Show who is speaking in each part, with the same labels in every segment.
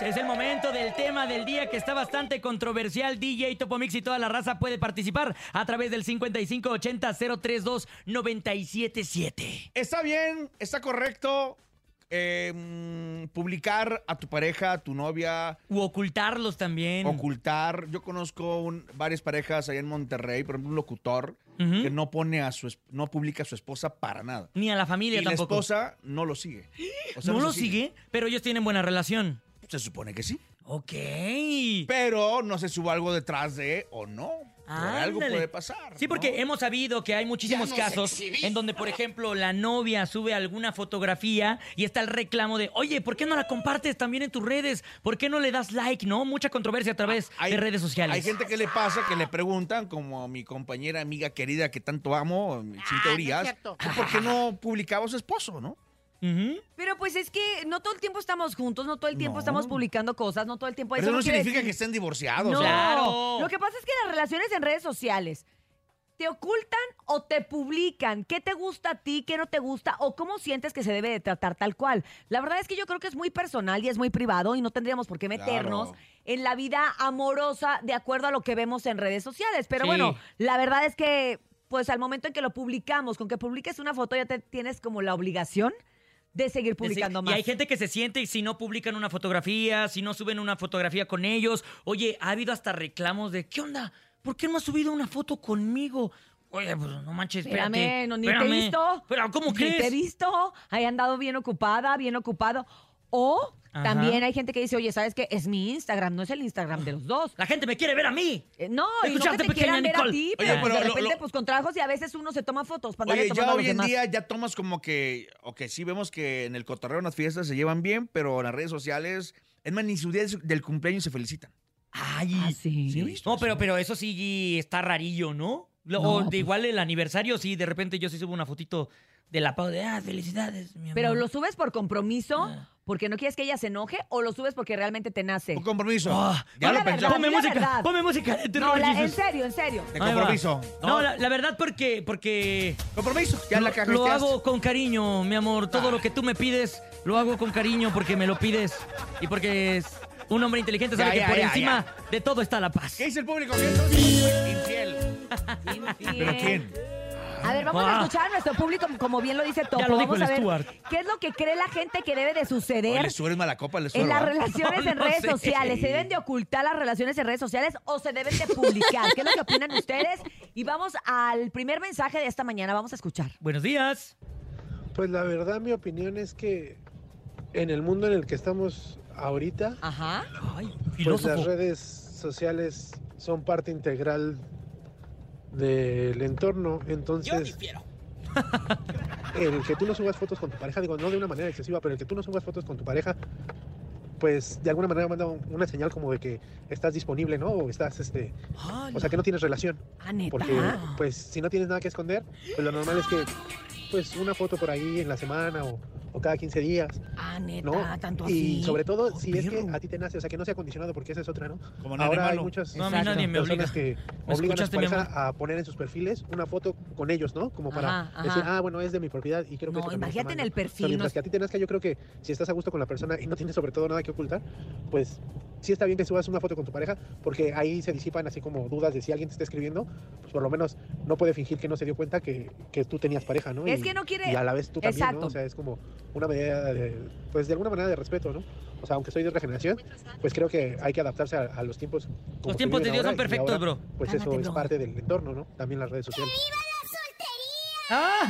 Speaker 1: es el momento del tema del día que está bastante controversial. DJ Topomix y toda la raza puede participar a través del 5580-032-977.
Speaker 2: Está bien, está correcto eh, mm, publicar a tu pareja, a tu novia,
Speaker 1: U ocultarlos también.
Speaker 2: ocultar. Yo conozco un- varias parejas allá en Monterrey, por ejemplo, un locutor
Speaker 1: Ujú.
Speaker 2: que no pone a su es- no publica a su esposa para nada.
Speaker 1: Ni a la
Speaker 2: Y
Speaker 1: familia
Speaker 2: la
Speaker 1: tampoco.
Speaker 2: esposa no lo sigue. O sea,
Speaker 1: ¿No
Speaker 2: se
Speaker 1: lo sigue? Pero ellos tienen buena relación.
Speaker 2: Se supone que sí.
Speaker 1: Ok.
Speaker 2: Pero no se subo algo detrás de o no. Por algo
Speaker 1: Ándale.
Speaker 2: puede pasar.
Speaker 1: Sí, porque
Speaker 2: ¿no?
Speaker 1: hemos sabido que hay muchísimos
Speaker 2: Ya nos
Speaker 1: casos en donde, por ejemplo, la novia sube alguna fotografía y está el reclamo de, oye, ¿por qué no la compartes también en tus redes? ¿Por qué no le das like? ¿No? Mucha controversia a través de redes sociales.
Speaker 2: Ah, Hay gente que le pasa, que le preguntan, como a mi compañera, amiga querida que tanto amo, sin teorías,
Speaker 3: cierto.
Speaker 2: que ¿por qué no publicaba a su esposo, no?
Speaker 1: Ujú.
Speaker 3: Pero pues es que no todo el tiempo estamos juntos, no todo el tiempo
Speaker 2: No.
Speaker 3: estamos publicando cosas, no todo el
Speaker 1: Pues
Speaker 3: tiempo...
Speaker 2: Pero eso no
Speaker 3: quiere
Speaker 2: significa
Speaker 3: decir-
Speaker 2: que estén divorciados.
Speaker 3: No,
Speaker 2: o sea,
Speaker 1: Claro.
Speaker 3: lo que pasa es que las relaciones en redes sociales te ocultan o te publican qué te gusta a ti, qué no te gusta o cómo sientes que se debe de tratar tal cual. La verdad es que yo creo que es muy personal y es muy privado y no tendríamos por qué meternos
Speaker 2: Claro.
Speaker 3: en la vida amorosa de acuerdo a lo que vemos en redes sociales. Pero
Speaker 1: Sí.
Speaker 3: bueno, la verdad es que pues al momento en que lo publicamos, con que publiques una foto ya te tienes como la obligación de seguir publicando
Speaker 1: Sí,
Speaker 3: más.
Speaker 1: Y hay gente que se siente y si no publican una fotografía, si no suben una fotografía con ellos. Oye, ha habido hasta reclamos de, ¿qué onda? ¿Por qué no has subido una foto conmigo? Oye, pues no manches, espérate.
Speaker 3: Espérame, no, ni te
Speaker 1: espérame.
Speaker 3: he visto.
Speaker 1: Pero, ¿cómo
Speaker 3: Ni te he
Speaker 1: crees?
Speaker 3: visto. Ahí andado bien ocupada, bien ocupado. O
Speaker 1: Ajá.
Speaker 3: también hay gente que dice, oye, ¿sabes qué? Es mi Instagram, no es el Instagram de los dos.
Speaker 1: La gente me quiere ver a mí.
Speaker 3: Eh, no, y no que
Speaker 1: Escuchaste,
Speaker 3: te
Speaker 1: pequeña
Speaker 3: quieran ver a
Speaker 1: Nicole.
Speaker 3: ti,
Speaker 1: Oye,
Speaker 3: pero,
Speaker 2: pero
Speaker 3: de
Speaker 2: lo-
Speaker 3: repente,
Speaker 2: lo-
Speaker 3: pues con trabajos y a veces uno se toma fotos para
Speaker 2: Oye,
Speaker 3: darle
Speaker 2: ya
Speaker 3: tomando a los
Speaker 2: hoy en
Speaker 3: demás.
Speaker 2: día ya tomas como que, ok, sí vemos que en el cotorreo, en las fiestas se llevan bien, pero en las redes sociales, es más, ni su día de su- del cumpleaños se felicitan.
Speaker 1: Ay.
Speaker 3: Ah, sí.
Speaker 2: Sí, he visto
Speaker 1: No,
Speaker 2: eso.
Speaker 1: pero, pero eso sí está rarillo, ¿no? Lo- o
Speaker 3: No,
Speaker 1: de
Speaker 3: pues-
Speaker 1: igual el aniversario, sí, de repente yo sí subo una fotito de la pau de, ah, felicidades, mi amor.
Speaker 3: Pero lo subes por compromiso,
Speaker 1: Ah.
Speaker 3: porque no quieres que ella se enoje, o lo subes porque realmente te nace.
Speaker 2: Por compromiso.
Speaker 1: Ah,
Speaker 2: ya
Speaker 3: no,
Speaker 2: lo
Speaker 3: la verdad,
Speaker 2: pensamos.
Speaker 1: Ponme
Speaker 3: di la
Speaker 1: música,
Speaker 3: verdad.
Speaker 1: ponme música de
Speaker 3: No,
Speaker 1: terror,
Speaker 3: la- en
Speaker 1: Jesus.
Speaker 3: serio, en serio.
Speaker 2: De
Speaker 1: Ahí va.
Speaker 2: compromiso.
Speaker 1: No, la, la verdad porque, porque
Speaker 2: Compromiso. Ya
Speaker 1: lo,
Speaker 2: la
Speaker 1: lo
Speaker 2: cajeteaste.
Speaker 1: hago con cariño, mi amor. Todo
Speaker 2: Ah.
Speaker 1: lo que tú me pides, lo hago con cariño porque me lo pides. Y porque es un hombre inteligente sabe
Speaker 2: Ya,
Speaker 1: que
Speaker 2: ya,
Speaker 1: por
Speaker 2: ya,
Speaker 1: encima de todo está la paz.
Speaker 2: ¿Qué dice el público? ¿Qué entonces? Infiel. ¿Pero
Speaker 3: Bien.
Speaker 2: quién?
Speaker 3: A ver, vamos
Speaker 1: Ah.
Speaker 3: a escuchar a nuestro público, como bien lo dice Topo.
Speaker 1: Ya lo dijo
Speaker 3: vamos a
Speaker 1: el
Speaker 3: ver
Speaker 1: Stuart.
Speaker 3: qué es lo que cree la gente que debe de
Speaker 2: Oye,
Speaker 3: suceder
Speaker 2: le sueles mala copa, le
Speaker 3: en
Speaker 2: suelo,
Speaker 3: las
Speaker 2: ¿ah?
Speaker 3: relaciones
Speaker 1: No,
Speaker 3: en
Speaker 1: no
Speaker 3: redes
Speaker 1: sé.
Speaker 3: sociales. ¿Se deben de ocultar las relaciones en redes sociales o se deben de publicar? ¿Qué es lo que opinan ustedes? Y vamos al primer mensaje de esta mañana. Vamos a escuchar.
Speaker 1: Buenos días.
Speaker 4: Pues la verdad, mi opinión es que en el mundo en el que estamos ahorita,
Speaker 3: Ajá.
Speaker 1: Ay,
Speaker 4: pues las
Speaker 1: filósofo.
Speaker 4: redes sociales son parte integral del entorno. Entonces, el que tú no subas fotos con tu pareja, digo, no de una manera excesiva, pero el que tú no subas fotos con tu pareja, pues de alguna manera manda un- una señal como de que estás disponible, ¿no? O estás, este, o sea, que no tienes relación.
Speaker 3: Ah, neta.
Speaker 4: Porque, pues, si no tienes nada que esconder, pues lo normal es que, pues, una foto por ahí en la semana o, o cada 15 días,
Speaker 3: Ah, neta,
Speaker 4: ¿no?
Speaker 3: tanto así.
Speaker 4: y sobre todo, si es
Speaker 1: perro.
Speaker 4: que a ti te nace, o sea, que no sea condicionado, porque esa es otra, ¿no?
Speaker 2: Como nene
Speaker 4: Ahora hay
Speaker 2: malo.
Speaker 4: muchas
Speaker 1: No, a mí nadie me obliga.
Speaker 4: personas que
Speaker 1: ¿Me
Speaker 4: obligan a su
Speaker 1: escuchaste, mi
Speaker 4: pareja a poner en sus perfiles una foto con ellos, ¿no? Como para
Speaker 3: Ajá,
Speaker 4: decir,
Speaker 3: ajá.
Speaker 4: ah, bueno, es de mi propiedad y creo
Speaker 3: No,
Speaker 4: que eso también está
Speaker 3: imagínate en
Speaker 4: mal,
Speaker 3: el
Speaker 4: ¿no? O sea,
Speaker 3: perfil. no
Speaker 4: mientras que a ti te nazca, yo creo que si estás a gusto con la persona y no tienes sobre todo nada que ocultar, pues sí está bien que subas una foto con tu pareja, porque ahí se disipan así como dudas de si alguien te está escribiendo, pues por lo menos no puede fingir que no se dio cuenta que, que tú tenías pareja, ¿no?
Speaker 3: Es
Speaker 4: Y-
Speaker 3: que no quiere-
Speaker 4: Y a la vez tú también,
Speaker 3: Exacto.
Speaker 4: ¿no? O sea, es como una medida de, pues de alguna manera de respeto, ¿no? O sea, aunque soy de otra generación, pues creo que hay que adaptarse a, a los tiempos. como
Speaker 1: Los
Speaker 4: se
Speaker 1: tiempos de
Speaker 4: viven
Speaker 1: Dios son
Speaker 4: ahora, y
Speaker 1: perfectos,
Speaker 4: ahora,
Speaker 1: bro.
Speaker 4: Pues
Speaker 3: Cálmate,
Speaker 4: eso es
Speaker 3: bro.
Speaker 4: parte del entorno, ¿no? También las redes sociales.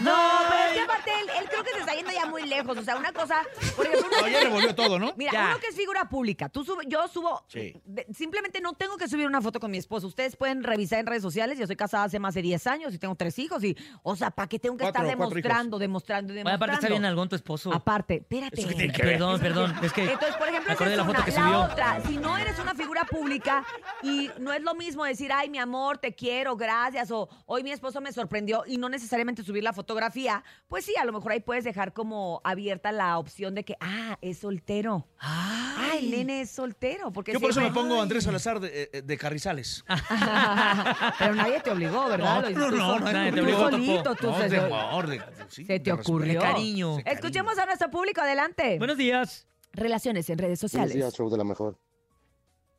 Speaker 3: No, pero es que aparte él, él creo que se está yendo ya muy lejos. O sea, una cosa. Por ejemplo, una
Speaker 2: No, ya le volvió todo, ¿no?
Speaker 3: Mira,
Speaker 1: Ya.
Speaker 3: uno que es figura pública, tú sube- yo subo, eh,
Speaker 2: Sí.
Speaker 3: de- simplemente no tengo que subir una foto con mi esposo. Ustedes pueden revisar en redes sociales, yo soy casada hace más de 10 años y tengo tres hijos y, o sea, ¿para qué tengo que
Speaker 2: Cuatro,
Speaker 3: estar
Speaker 2: cuatro
Speaker 3: demostrando, demostrando, y
Speaker 1: Bueno,
Speaker 3: demostrando?
Speaker 1: aparte está bien algún tu esposo.
Speaker 3: Aparte, espérate.
Speaker 2: Eso que tiene que ver.
Speaker 1: Perdón, perdón. Es que
Speaker 3: Entonces, por ejemplo,
Speaker 1: me
Speaker 3: esa
Speaker 1: acordé de
Speaker 3: es
Speaker 1: la foto
Speaker 3: una.
Speaker 1: que
Speaker 3: la
Speaker 1: subió.
Speaker 3: otra, si no eres una figura pública y no es lo mismo decir, ay, mi amor, te quiero, gracias, o hoy mi esposo me sorprendió y no necesariamente subir la fotografía, pues sí, a lo mejor ahí puedes dejar como abierta la opción de que, ah, es soltero. Ah, el nene es soltero. Porque
Speaker 2: Yo
Speaker 3: sí,
Speaker 2: por eso me
Speaker 3: ay. Ah,
Speaker 2: pongo Andrés Salazar de, eh, de Carrizales.
Speaker 3: Pero nadie te obligó, ¿verdad? Lo- tú sol-
Speaker 1: nadie te
Speaker 3: tú
Speaker 1: obligó,
Speaker 3: solito, tú
Speaker 2: No,
Speaker 3: se-
Speaker 2: de amor, de- sí,
Speaker 3: se te
Speaker 2: de respeto.
Speaker 3: ocurrió.
Speaker 1: De cariño.
Speaker 2: Se-
Speaker 3: Escuchemos a nuestro público, adelante.
Speaker 1: Buenos días.
Speaker 3: Relaciones en redes
Speaker 5: Buenos
Speaker 3: sociales.
Speaker 5: días, show de la mejor.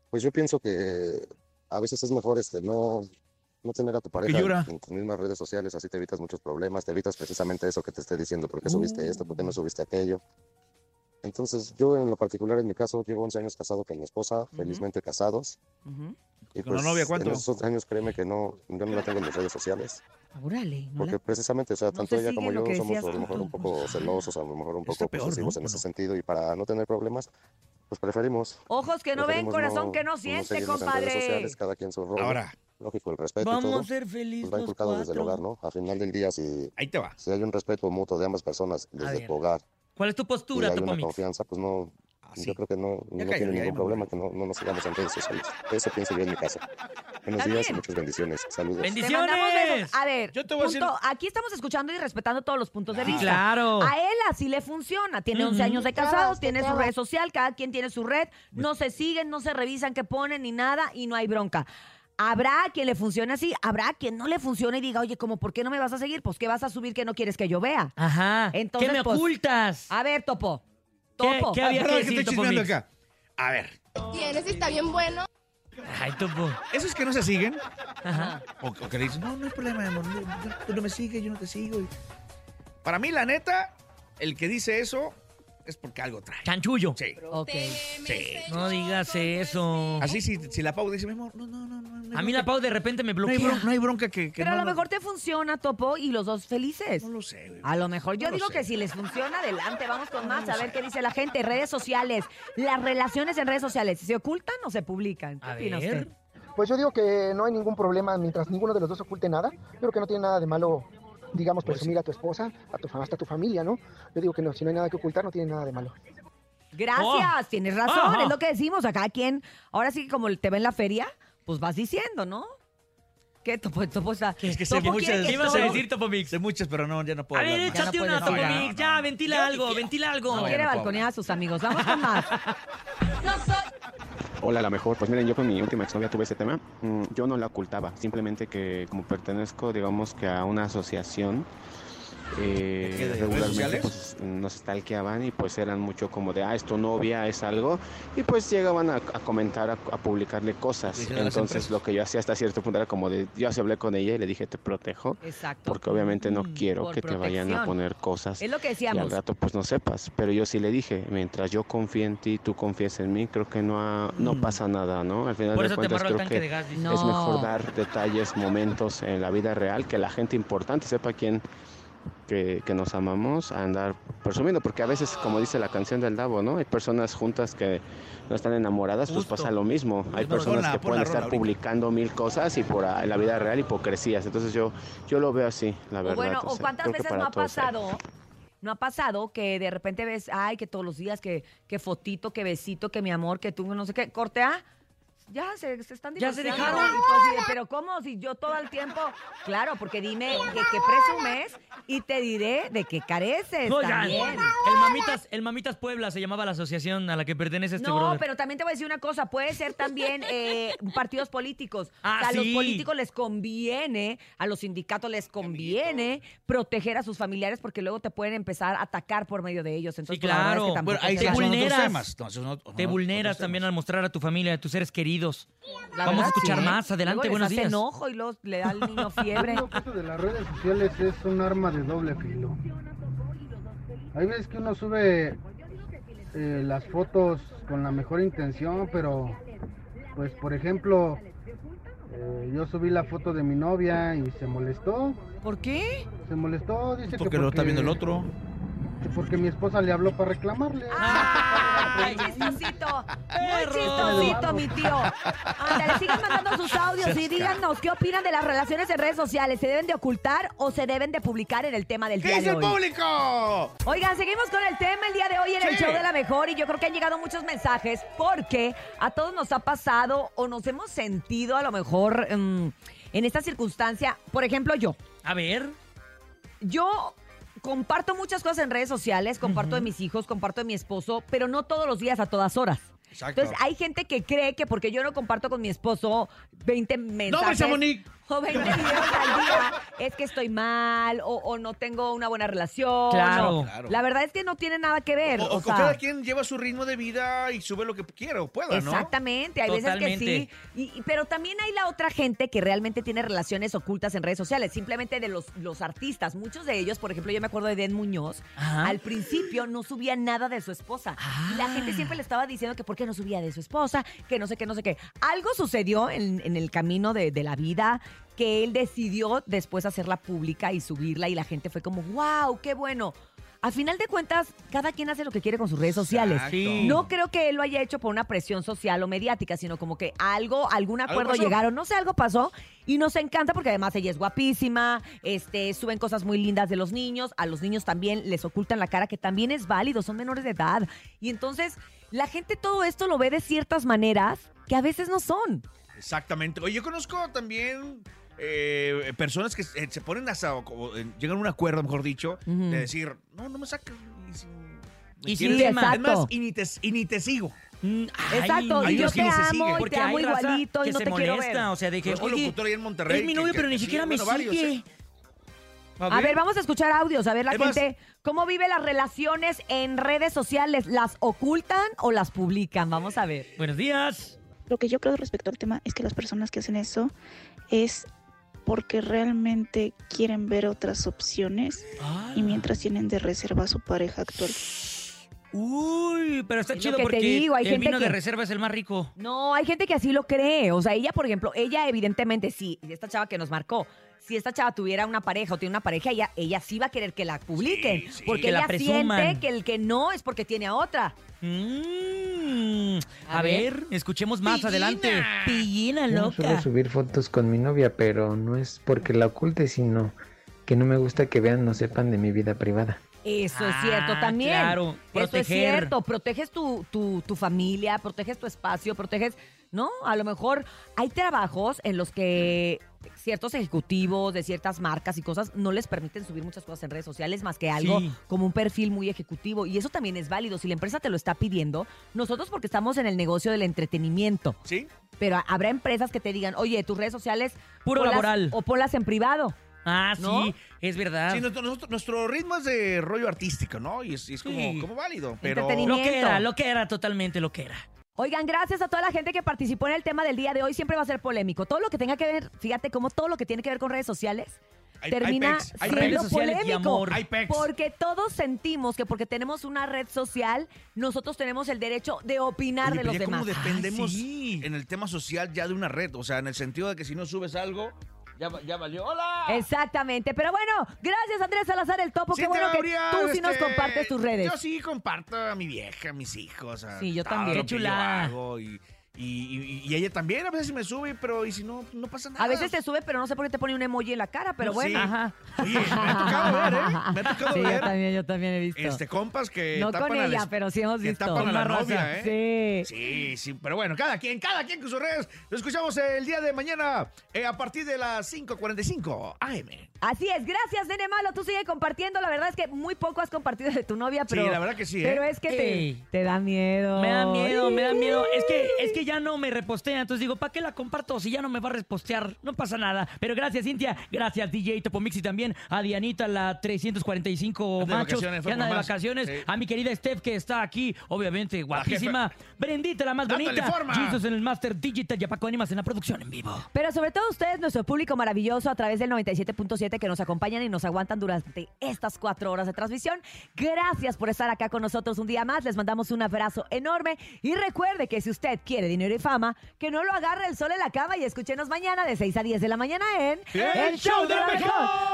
Speaker 5: Pues yo pienso que a veces es mejor este no, no tener a tu pareja
Speaker 2: llora.
Speaker 5: en tus mismas redes sociales, así te evitas muchos problemas, te evitas precisamente eso que te esté diciendo, por qué subiste esto, por qué no subiste aquello. Entonces, yo en lo particular, en mi caso, llevo 11 años casado con mi esposa, felizmente casados.
Speaker 3: Ujú.
Speaker 5: Y pues,
Speaker 2: ¿Con la novia cuánto?
Speaker 5: En esos años, créeme que no, yo no la tengo en mis redes sociales.
Speaker 3: Órale, no la-
Speaker 5: Porque precisamente, o sea,
Speaker 3: no
Speaker 5: tanto
Speaker 3: se
Speaker 5: ella como
Speaker 3: sigue lo
Speaker 5: yo
Speaker 3: que
Speaker 5: somos
Speaker 3: decías
Speaker 5: a lo mejor
Speaker 3: tú.
Speaker 5: un poco celosos, a lo mejor un
Speaker 2: Está
Speaker 5: poco
Speaker 2: peor, ¿no?
Speaker 5: posesivos en
Speaker 2: ¿O
Speaker 5: ese
Speaker 2: no?
Speaker 5: sentido. Y para no tener problemas, pues preferimos
Speaker 3: Ojos que no ven,
Speaker 5: Preferimos
Speaker 3: corazón que no siente,
Speaker 5: seguirnos en redes
Speaker 3: compadre.
Speaker 5: sociales, cada quien su rol.
Speaker 2: Ahora,
Speaker 5: Lógico, el respeto y
Speaker 1: Vamos
Speaker 5: todo.
Speaker 1: a ser felices
Speaker 5: Pues va
Speaker 1: los
Speaker 5: inculcado
Speaker 1: cuatro.
Speaker 5: desde el hogar, ¿no? Al final del día, si,
Speaker 2: ahí te va.
Speaker 5: si hay un respeto mutuo de ambas personas desde
Speaker 1: ver,
Speaker 5: tu hogar
Speaker 1: ¿Cuál es tu
Speaker 5: y
Speaker 1: postura,
Speaker 5: hay una
Speaker 1: Topomix?
Speaker 5: confianza, pues no,
Speaker 2: Así.
Speaker 5: yo creo que no, no
Speaker 2: cállate,
Speaker 5: tiene
Speaker 2: ya me
Speaker 5: ningún problema
Speaker 2: aburrí.
Speaker 5: que no, no nos sigamos en redes sociales. Eso pienso yo en mi caso. Buenos
Speaker 3: Está
Speaker 5: días y
Speaker 3: bien.
Speaker 5: muchas bendiciones. Saludos.
Speaker 3: Te
Speaker 1: Bendiciones.
Speaker 3: mandamos besos. A ver,
Speaker 2: Yo te voy a
Speaker 3: punto-
Speaker 2: decir- Ah,
Speaker 3: aquí estamos escuchando y respetando todos los puntos de
Speaker 2: Sí,
Speaker 1: Sí,
Speaker 3: vista.
Speaker 1: claro.
Speaker 3: A él así le funciona. Tiene 11
Speaker 1: Oh. Ujú.
Speaker 3: años de casados, tiene su red social, cada quien tiene su red. No se siguen, no se revisan qué ponen ni nada y no hay bronca. Habrá a quien le funcione así, habrá a quien no le funcione y diga, oye, ¿cómo por qué no me vas a seguir? Pues ¿qué vas a subir que no quieres que yo vea?
Speaker 1: Ajá.
Speaker 3: Entonces,
Speaker 1: ¿Qué me
Speaker 3: pues,
Speaker 1: ocultas?
Speaker 3: A ver, Topo.
Speaker 1: ¿Qué-
Speaker 3: Topo.
Speaker 1: qué había
Speaker 2: Perdón,
Speaker 1: que
Speaker 2: es que
Speaker 1: decir,
Speaker 2: estoy
Speaker 1: Topomix?
Speaker 2: chismeando acá. A ver,
Speaker 6: tienes, está bien bueno.
Speaker 1: Ay, pues, Topo.
Speaker 2: esos que no se siguen
Speaker 1: Ajá.
Speaker 2: o, o que le dicen, no, no hay problema, mi amor, no, yo- tú no me sigues, yo no te sigo. y- Para mí, la neta, el que dice eso es porque algo trae.
Speaker 1: Chanchullo.
Speaker 2: Sí,
Speaker 3: Ok.
Speaker 2: sí.
Speaker 1: No digas eso.
Speaker 2: Así si, si la Pau dice, mi amor, no, no, no. no, no hay
Speaker 1: A mí la
Speaker 2: bronca".
Speaker 1: Pau de repente me
Speaker 2: No hay,
Speaker 1: bloquea.
Speaker 2: bron- no hay bronca que, que
Speaker 3: Pero
Speaker 2: no
Speaker 3: a lo mejor te funciona, Topo, y los dos felices.
Speaker 2: No lo sé, güey.
Speaker 3: A lo mejor yo
Speaker 2: No lo
Speaker 3: digo
Speaker 2: sé.
Speaker 3: que si les funciona, adelante, vamos con más, a ver qué dice la gente, redes sociales, las relaciones en redes sociales, ¿se ocultan o se publican? ¿Qué
Speaker 1: A
Speaker 3: opina
Speaker 1: ver.
Speaker 3: usted?
Speaker 7: Pues yo digo que no hay ningún problema mientras ninguno de los dos oculte nada. Yo creo que no tiene nada de malo, digamos,
Speaker 2: Pues
Speaker 7: presumir a tu esposa, a tu, fa- hasta a tu familia, ¿no? Yo digo que no, si no hay nada que ocultar, no tiene nada de malo.
Speaker 3: Gracias, tienes razón,
Speaker 1: Ajá.
Speaker 3: es lo que decimos acá, quien, ahora sí que como te ve en la feria, pues vas diciendo, ¿no? pues, ¿Qué topo, topo está?
Speaker 2: Es que sé
Speaker 3: Topo
Speaker 2: que
Speaker 3: quiere
Speaker 2: muchas-
Speaker 1: ¿Qué
Speaker 3: que
Speaker 1: ibas
Speaker 3: todo-
Speaker 1: a decir, Topomix?
Speaker 2: Sé muchas, pero no, ya no puedo
Speaker 1: A ver,
Speaker 2: hablar más.
Speaker 1: échate
Speaker 3: Ya no
Speaker 1: una,
Speaker 3: puedes hablar.
Speaker 1: Topomix.
Speaker 2: No,
Speaker 1: ya,
Speaker 2: no.
Speaker 1: ventila algo, ventila algo.
Speaker 3: No,
Speaker 2: No, ya
Speaker 3: quiere
Speaker 2: no puedo
Speaker 3: balconear
Speaker 2: hablar.
Speaker 3: a sus amigos, vamos con más.
Speaker 8: Hola, la mejor. Pues miren, yo con mi última exnovia tuve ese tema. Mm, Yo no la ocultaba, simplemente que como pertenezco, digamos que a una asociación, eh,
Speaker 2: ¿De qué? ¿De redes
Speaker 8: regularmente
Speaker 2: sociales?
Speaker 8: pues, nos stalkeaban y pues eran mucho como de, ah, es tu novia, es algo, y pues llegaban a, a comentar, a, a publicarle cosas.
Speaker 2: Dicen a las
Speaker 8: Entonces
Speaker 2: empresas.
Speaker 8: lo que yo hacía hasta cierto punto era como de, yo así hablé con ella y le dije, te protejo,
Speaker 3: Exacto.
Speaker 8: porque obviamente no
Speaker 3: Mm,
Speaker 8: quiero
Speaker 3: por
Speaker 8: que te vayan a
Speaker 3: protección.
Speaker 8: poner cosas
Speaker 3: Es lo que
Speaker 8: y al
Speaker 3: decíamos.
Speaker 8: rato pues no sepas, pero yo sí le dije, mientras yo confíe en ti, tú confíes en mí, creo que no ha- no
Speaker 2: Mm.
Speaker 8: pasa nada, ¿no? Al final
Speaker 1: Por
Speaker 8: de
Speaker 1: eso te
Speaker 8: cuentas
Speaker 1: amarro el
Speaker 8: creo
Speaker 1: tanque
Speaker 8: que
Speaker 1: de gas. dice.
Speaker 3: No.
Speaker 8: es mejor dar detalles, momentos en la vida real, que la gente importante sepa quién que, que nos amamos, a andar presumiendo, porque a veces, como dice la canción del Davo, ¿no? Hay personas juntas que no están enamoradas,
Speaker 1: Justo.
Speaker 8: pues pasa lo mismo. Hay
Speaker 2: Ponla,
Speaker 8: personas que
Speaker 2: ponla,
Speaker 8: pueden estar
Speaker 2: rola, ahorita.
Speaker 8: publicando mil cosas y por ahí en la vida real hipocresías. Entonces yo, yo lo veo así, la
Speaker 3: O
Speaker 8: verdad.
Speaker 3: bueno,
Speaker 8: o
Speaker 3: o
Speaker 8: sea,
Speaker 3: cuántas
Speaker 8: creo que
Speaker 3: veces
Speaker 8: para
Speaker 3: no ha
Speaker 8: todos hay.
Speaker 3: pasado, no ha pasado que de repente ves, ay, que todos los días, que, que fotito, que besito, que mi amor, que tú, no sé qué, corte A. Ya se, se están
Speaker 1: Ya se
Speaker 3: divorciando.
Speaker 1: dejaron.
Speaker 3: Y tú así de, Pero ¿cómo? Si yo todo el tiempo. Claro, porque dime de qué presumes y te diré de qué careces.
Speaker 1: No, ya.
Speaker 3: también.
Speaker 1: El Mamitas, el Mamitas Puebla se llamaba la asociación a la que pertenece este
Speaker 3: no,
Speaker 1: brother.
Speaker 3: pero también te voy a decir una cosa, puede ser también eh, partidos políticos.
Speaker 1: Ah,
Speaker 3: o sea, a los
Speaker 1: sí.
Speaker 3: políticos les conviene, a los sindicatos les conviene proteger a sus familiares porque luego te pueden empezar a atacar por medio de ellos.
Speaker 1: Sí,
Speaker 3: Entonces, pues, la verdad
Speaker 1: claro.
Speaker 3: es que
Speaker 2: Bueno,
Speaker 3: tampoco
Speaker 2: ahí
Speaker 3: se
Speaker 2: se
Speaker 3: vale.
Speaker 1: vulneras.
Speaker 2: vulneras. temas. No, esos no-
Speaker 1: Te
Speaker 2: no-
Speaker 1: vulneras
Speaker 2: otros
Speaker 1: también
Speaker 2: temas.
Speaker 1: al mostrar a tu familia, a tus seres queridos.
Speaker 3: La
Speaker 1: Vamos a
Speaker 3: verdad,
Speaker 1: escuchar
Speaker 3: sí, ¿eh?
Speaker 1: más adelante.
Speaker 3: Luego
Speaker 1: Buenos
Speaker 3: les hace
Speaker 1: días.
Speaker 3: enojo y luego le da al niño fiebre.
Speaker 9: Lo caso de las redes sociales es un arma de doble filo. Hay veces que uno sube eh, las fotos con la mejor intención, pero pues por ejemplo, eh, yo subí la foto de mi novia y se molestó.
Speaker 3: ¿Por qué?
Speaker 9: Se molestó, dice
Speaker 2: Porque
Speaker 9: que
Speaker 2: lo está viendo el otro.
Speaker 9: que porque mi esposa le habló para reclamarle.
Speaker 3: Ah. ¡Ay, chistosito! ¡Muy
Speaker 1: Perro.
Speaker 3: chistosito, mi tío! Ándale, sigan mandando sus audios y díganos qué opinan de las relaciones en redes sociales. ¿Se deben de ocultar o se deben de publicar en el tema del
Speaker 2: ¿Qué
Speaker 3: día
Speaker 2: dice
Speaker 3: de
Speaker 2: el
Speaker 3: hoy?
Speaker 2: público?
Speaker 3: Oigan, seguimos con el tema el día de hoy en el
Speaker 2: Sí.
Speaker 3: show de la mejor y yo creo que han llegado muchos mensajes porque a todos nos ha pasado o nos hemos sentido a lo mejor mm, en esta circunstancia. Por ejemplo, yo.
Speaker 1: A ver.
Speaker 3: Yo comparto muchas cosas en redes sociales, comparto de mis hijos, comparto de mi esposo, pero no todos los días a todas horas.
Speaker 2: Exacto.
Speaker 3: Entonces hay gente que cree que porque yo no comparto con mi esposo 20 mensajes.
Speaker 2: ves a Monique!
Speaker 3: o 20 videos al día, es que estoy mal, o, o no tengo una buena relación.
Speaker 1: Claro.
Speaker 3: o-
Speaker 2: Claro.
Speaker 3: La verdad es que no tiene nada que ver.
Speaker 2: O,
Speaker 3: O,
Speaker 2: o
Speaker 3: sea,
Speaker 2: cada quien lleva su ritmo de vida y sube lo que quiera o pueda, ¿no?
Speaker 3: Exactamente, hay veces
Speaker 1: Totalmente.
Speaker 3: que sí. Y- y- pero también hay la otra gente que realmente tiene relaciones ocultas en redes sociales, simplemente de los, los artistas. Muchos de ellos, por ejemplo, yo me acuerdo de Den Muñoz,
Speaker 1: Ajá.
Speaker 3: al principio no subía nada de su esposa. Y la gente siempre le estaba diciendo que por qué no subía de su esposa, que no sé qué, no sé qué. Algo sucedió en, en el camino de, de la vida que él decidió después hacerla pública y subirla y la gente fue como, wow, qué bueno. A final de cuentas, cada quien hace lo que quiere con sus redes sociales.
Speaker 2: Exacto.
Speaker 1: Sí.
Speaker 3: No creo que él lo haya hecho por una presión social o mediática, sino como que algo, algún
Speaker 2: ¿Algo
Speaker 3: acuerdo
Speaker 2: pasó?
Speaker 3: llegaron, no sé, algo pasó y nos encanta porque además ella es guapísima, este, suben cosas muy lindas de los niños, a los niños también les ocultan la cara, que también es válido, son menores de edad. Y entonces la gente todo esto lo ve de ciertas maneras que a veces no son.
Speaker 2: Exactamente. Oye, yo conozco también eh, personas que eh, se ponen hasta, o- o, eh, llegan a un acuerdo, mejor dicho,
Speaker 3: Ujú.
Speaker 2: de decir, no, no me saques. Y si me
Speaker 1: Y si
Speaker 2: quieres-
Speaker 1: sí,
Speaker 2: es más,
Speaker 3: exacto.
Speaker 2: y ni te, y ni te sigo.
Speaker 1: Mm, ay,
Speaker 3: Exacto,
Speaker 2: hay
Speaker 3: y yo
Speaker 2: unos
Speaker 3: te
Speaker 2: que ni se siguen,
Speaker 3: amo, y
Speaker 1: porque
Speaker 3: te amo
Speaker 1: hay raza
Speaker 3: igualito
Speaker 1: que
Speaker 3: y no
Speaker 1: se
Speaker 3: te quiero
Speaker 1: molesta,
Speaker 3: ver.
Speaker 1: o sea, de que,
Speaker 2: Conozco
Speaker 1: oye,
Speaker 2: locutor ahí en Monterrey.
Speaker 1: es mi
Speaker 2: que-
Speaker 1: novio,
Speaker 2: que
Speaker 1: pero
Speaker 2: te
Speaker 1: ni siquiera
Speaker 2: siguen,
Speaker 1: me
Speaker 2: bueno, varios, ¿eh?
Speaker 1: sigue.
Speaker 3: A ver, vamos a escuchar audios, a ver la
Speaker 2: Es más-
Speaker 3: gente, ¿cómo vive las relaciones en redes sociales? ¿Las ocultan o las publican? Vamos a ver.
Speaker 1: Buenos días.
Speaker 6: Lo que yo creo respecto al tema es que las personas que hacen eso es porque realmente quieren ver otras opciones y mientras tienen de reserva a su pareja actual.
Speaker 1: Uy, pero está
Speaker 3: Es lo
Speaker 1: chido
Speaker 3: que te
Speaker 1: porque
Speaker 3: digo, hay
Speaker 1: el
Speaker 3: gente
Speaker 1: vino de
Speaker 3: que-
Speaker 1: reserva es el más rico.
Speaker 3: No, hay gente que así lo cree. O sea, ella, por ejemplo, ella evidentemente sí, esta chava que nos marcó, si esta chava tuviera una pareja o tiene una pareja, ella, ella sí va a querer que la publiquen.
Speaker 2: Sí, sí.
Speaker 3: Porque
Speaker 1: Que la
Speaker 3: ella
Speaker 1: presuman.
Speaker 3: siente que el que no es porque tiene a otra.
Speaker 1: Mm, a,
Speaker 3: A
Speaker 1: ver, escuchemos más adelante. Pillina
Speaker 10: Yo no suelo subir fotos con mi novia, pero no es porque la oculte, sino que no me gusta que vean o sepan de mi vida privada.
Speaker 3: Eso es
Speaker 1: Ah,
Speaker 3: cierto también.
Speaker 1: Claro,
Speaker 3: Eso es
Speaker 1: proteger.
Speaker 3: cierto. Proteges tu, tu, tu familia, proteges tu espacio, proteges. No, a lo mejor hay trabajos en los que ciertos ejecutivos de ciertas marcas y cosas no les permiten subir muchas cosas en redes sociales más que algo
Speaker 1: Sí.
Speaker 3: como un perfil muy ejecutivo. Y eso también es válido. Si la empresa te lo está pidiendo, nosotros porque estamos en el negocio del entretenimiento,
Speaker 2: ¿Sí?
Speaker 3: pero habrá empresas que te digan, oye, tus redes sociales.
Speaker 1: Puro
Speaker 3: ponlas-
Speaker 1: laboral.
Speaker 3: O ponlas en privado.
Speaker 1: Ah, sí,
Speaker 3: ¿No?
Speaker 1: es verdad.
Speaker 2: Sí, nuestro, nuestro- nuestro ritmo es de rollo artístico, ¿no? Y es, y es como,
Speaker 1: Sí.
Speaker 2: como válido, pero...
Speaker 3: Entretenimiento.
Speaker 1: Lo que era, lo que era, totalmente lo que era.
Speaker 3: Oigan, gracias a toda la gente que participó en el tema del día de hoy. Siempre va a ser polémico. Todo lo que tenga que ver, fíjate cómo todo lo que tiene que ver con redes sociales
Speaker 2: Hay-
Speaker 3: termina
Speaker 2: hay pecs, hay
Speaker 3: siendo
Speaker 1: redes
Speaker 2: pecs,
Speaker 1: sociales y
Speaker 3: polémico.
Speaker 1: amor.
Speaker 2: hay pecs.
Speaker 3: Porque todos sentimos que porque tenemos una red social, nosotros tenemos el derecho de opinar
Speaker 2: Oye,
Speaker 3: de
Speaker 2: pero
Speaker 3: los
Speaker 2: ya
Speaker 3: demás. Ah,
Speaker 2: cómo dependemos
Speaker 1: Ay, sí.
Speaker 2: en el tema social ya de una red, o sea, en el sentido de que si no subes algo, ya, va- ya valió. ¡Hola!
Speaker 3: Exactamente. Pero bueno, gracias Andrés Salazar, el topo. pues, Qué
Speaker 2: Cintia
Speaker 3: bueno que
Speaker 2: Gabriel,
Speaker 3: tú sí nos
Speaker 2: este,
Speaker 3: compartes tus redes.
Speaker 2: Yo sí comparto a mi vieja, a mis hijos. A
Speaker 3: Sí, yo
Speaker 2: todo
Speaker 3: también.
Speaker 2: lo
Speaker 1: Qué
Speaker 2: que yo
Speaker 1: chulada.
Speaker 2: hago y, y- y- y ella también a veces me sube, pero y si no, no pasa nada.
Speaker 3: A veces te sube, pero no sé por qué te pone un emoji en la cara, pero
Speaker 2: No,
Speaker 3: bueno.
Speaker 2: Pues sí.
Speaker 3: Ajá.
Speaker 2: Oye, me ha tocado ver, ¿eh? Me ha tocado
Speaker 3: Sí, yo
Speaker 2: ver.
Speaker 3: también, yo también he visto.
Speaker 2: Este, compas que
Speaker 3: no
Speaker 2: tapan
Speaker 3: con
Speaker 2: a la-
Speaker 3: ella, pero sí hemos
Speaker 2: que
Speaker 3: visto.
Speaker 2: tapan a la ¿eh?
Speaker 3: Una
Speaker 2: novia,
Speaker 3: Sí.
Speaker 2: Sí, sí, pero bueno, cada quien, cada quien con sus redes. Lo escuchamos el día de mañana eh, a partir de las 5.45 AM.
Speaker 3: Así es, gracias, Nene Malo. Tú sigue compartiendo. La verdad es que muy poco has compartido de tu novia, pero.
Speaker 2: sí, la verdad que sí, ¿eh?
Speaker 3: Pero es que
Speaker 1: Ey.
Speaker 3: te, te da miedo.
Speaker 1: Me da miedo, me da miedo. Es que, es que ya no me repostea, entonces digo, ¿para qué la comparto si ya no me va a repostear? No pasa nada. Pero gracias, Cintia. Gracias, DJ Topomix y también a Dianita, la 345
Speaker 2: Anda de
Speaker 1: machos
Speaker 2: vacaciones,
Speaker 1: que
Speaker 2: fue
Speaker 1: anda
Speaker 2: por
Speaker 1: de
Speaker 2: más.
Speaker 1: vacaciones.
Speaker 2: Sí.
Speaker 1: A mi querida Steph, que está aquí, obviamente, guapísima. Brendita, la más
Speaker 2: Dándole
Speaker 1: bonita.
Speaker 2: forma.
Speaker 1: Jesus en el Master Digital. Yapaco Animas en la producción en vivo.
Speaker 3: Pero sobre todo ustedes, nuestro público maravilloso a través del 97.7 que nos acompañan y nos aguantan durante estas cuatro horas de transmisión. Gracias por estar acá con nosotros un día más. Les mandamos un abrazo enorme y recuerde que si usted quiere dinero y fama, que no lo agarre el sol en la cama y escúchenos mañana de 6 a 10 de la mañana en
Speaker 2: ¡El Show de la Mejor!